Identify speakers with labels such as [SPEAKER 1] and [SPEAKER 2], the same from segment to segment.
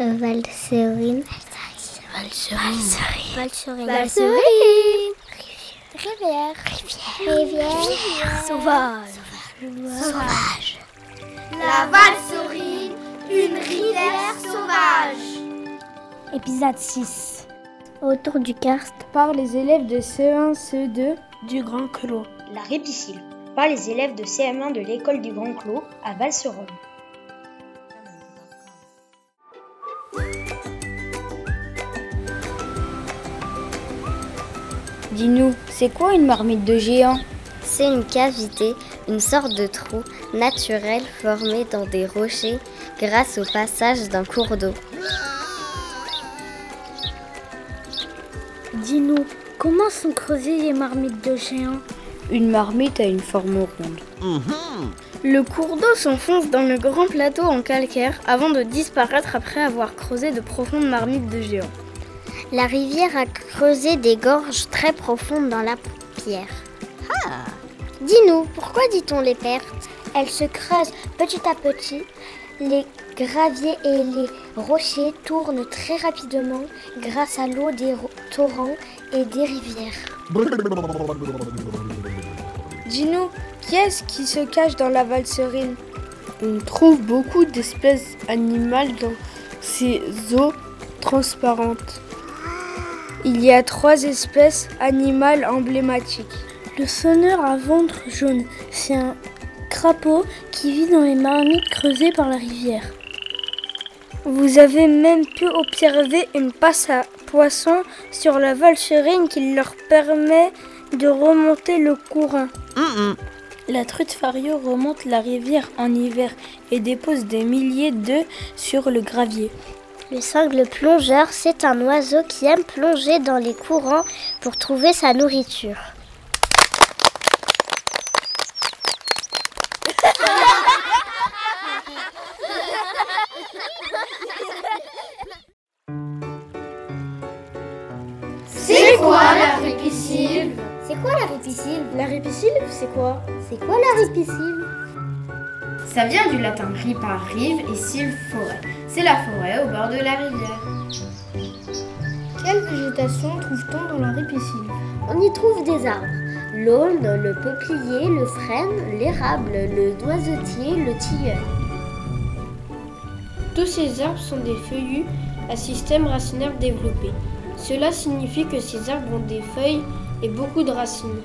[SPEAKER 1] euh, Valserine.
[SPEAKER 2] Valserine.
[SPEAKER 1] Valserine.
[SPEAKER 2] Valserine.
[SPEAKER 1] Rivière. Rivière. Rivière.
[SPEAKER 2] Sauvage.
[SPEAKER 1] Sauvage.
[SPEAKER 3] La Valserine, une rivière sauvage.
[SPEAKER 4] Épisode 6.
[SPEAKER 1] Autour du karst.
[SPEAKER 4] Par les élèves de CE1, CE2.
[SPEAKER 2] Du Grand Clos.
[SPEAKER 5] La Répicile, par les élèves de CM1 de l'école du Grand Clos à Valserone.
[SPEAKER 4] Dis-nous, c'est quoi une marmite de géant
[SPEAKER 1] C'est une cavité, une sorte de trou naturel formé dans des rochers grâce au passage d'un cours d'eau.
[SPEAKER 4] Dis-nous, comment sont creusées les marmites de géants Une marmite a une forme ronde.
[SPEAKER 2] Le cours d'eau s'enfonce dans le grand plateau en calcaire avant de disparaître après avoir creusé de profondes marmites de géants.
[SPEAKER 1] La rivière a creusé des gorges très profondes dans la pierre. Ah. Dis-nous, pourquoi dit-on les pertes Elles se creusent petit à petit. Les graviers et les rochers tournent très rapidement grâce à l'eau des ro- torrents et des rivières.
[SPEAKER 4] Dis-nous, qui est-ce qui se cache dans la valserine On trouve beaucoup d'espèces animales dans ces eaux transparentes. Il y a trois espèces animales emblématiques.
[SPEAKER 2] Le sonneur à ventre jaune, c'est un crapaud qui vit dans les marmites creusées par la rivière.
[SPEAKER 4] Vous avez même pu observer une passe à poissons sur la valserine qui leur permet de remonter le courant.
[SPEAKER 2] La truite fario remonte la rivière en hiver et dépose des milliers d'œufs sur le gravier.
[SPEAKER 1] Le sangle plongeur, c'est un oiseau qui aime plonger dans les courants pour trouver sa nourriture.
[SPEAKER 3] C'est quoi la répicile
[SPEAKER 1] C'est quoi la répicile
[SPEAKER 4] La répicile, c'est quoi
[SPEAKER 1] C'est quoi la répicile
[SPEAKER 6] Ça vient du latin riz par rive et cille forêt. C'est la forêt au bord de la rivière.
[SPEAKER 4] Quelle végétation trouve-t-on dans la répicile
[SPEAKER 1] On y trouve des arbres. L'aulne, le peuplier, le frêne, l'érable, le noisetier, le tilleul.
[SPEAKER 7] Tous ces arbres sont des feuillus à système racinaire développé. Cela signifie que ces arbres ont des feuilles et beaucoup de racines.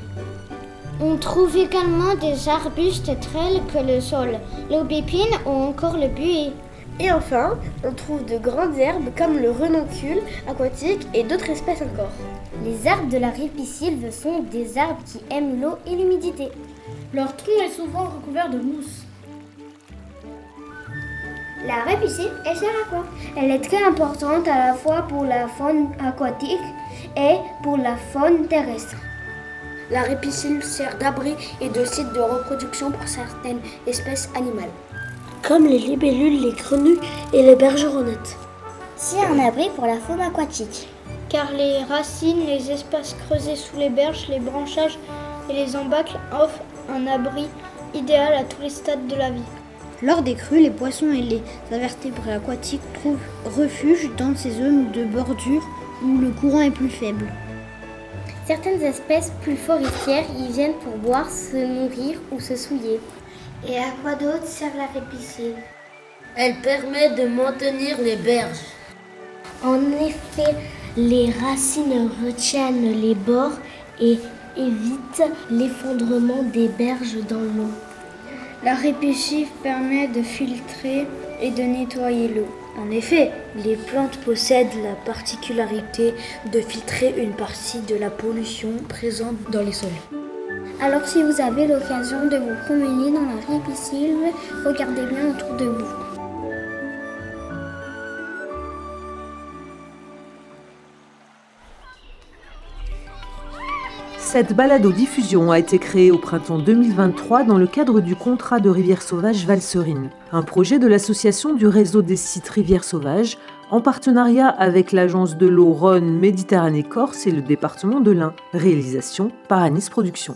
[SPEAKER 1] On trouve également des arbustes tels que le sol, l'aubépine ou encore le buis.
[SPEAKER 2] Et enfin, on trouve de grandes herbes comme le renoncule aquatique et d'autres espèces encore.
[SPEAKER 1] Les arbres de la ripisylve sont des arbres qui aiment l'eau et l'humidité.
[SPEAKER 6] Leur tronc est souvent recouvert de mousse.
[SPEAKER 1] La ripisylve, elle sert à quoi Elle est très importante à la fois pour la faune aquatique et pour la faune terrestre.
[SPEAKER 2] La répicile sert d'abri et de site de reproduction pour certaines espèces animales. Comme les libellules, les grenouilles et les bergeronnettes.
[SPEAKER 1] C'est un abri pour la faune aquatique.
[SPEAKER 7] Car les racines, les espaces creusés sous les berges, les branchages et les embâcles offrent un abri idéal à tous les stades de la vie.
[SPEAKER 4] Lors des crues, les poissons et les invertébrés aquatiques trouvent refuge dans ces zones de bordure où le courant est plus faible.
[SPEAKER 1] Certaines espèces plus forestières y viennent pour boire, se nourrir ou se souiller.
[SPEAKER 3] Et à quoi d'autre sert la répicile
[SPEAKER 2] Elle permet de maintenir les berges.
[SPEAKER 1] En effet, les racines retiennent les bords et évitent l'effondrement des berges dans l'eau.
[SPEAKER 4] La répétitive permet de filtrer et de nettoyer l'eau. En effet, les plantes possèdent la particularité de filtrer une partie de la pollution présente dans les sols.
[SPEAKER 1] Alors si vous avez l'occasion de vous promener dans la ripisylve, regardez bien autour de vous.
[SPEAKER 8] Cette balado-diffusion a été créée au printemps 2023 dans le cadre du contrat de Rivière Sauvage Valserine, un projet de l'association du réseau des sites Rivière Sauvage en partenariat avec l'agence de l'eau Rhône Méditerranée Corse et le département de l'Ain. Réalisation par Anis Productions.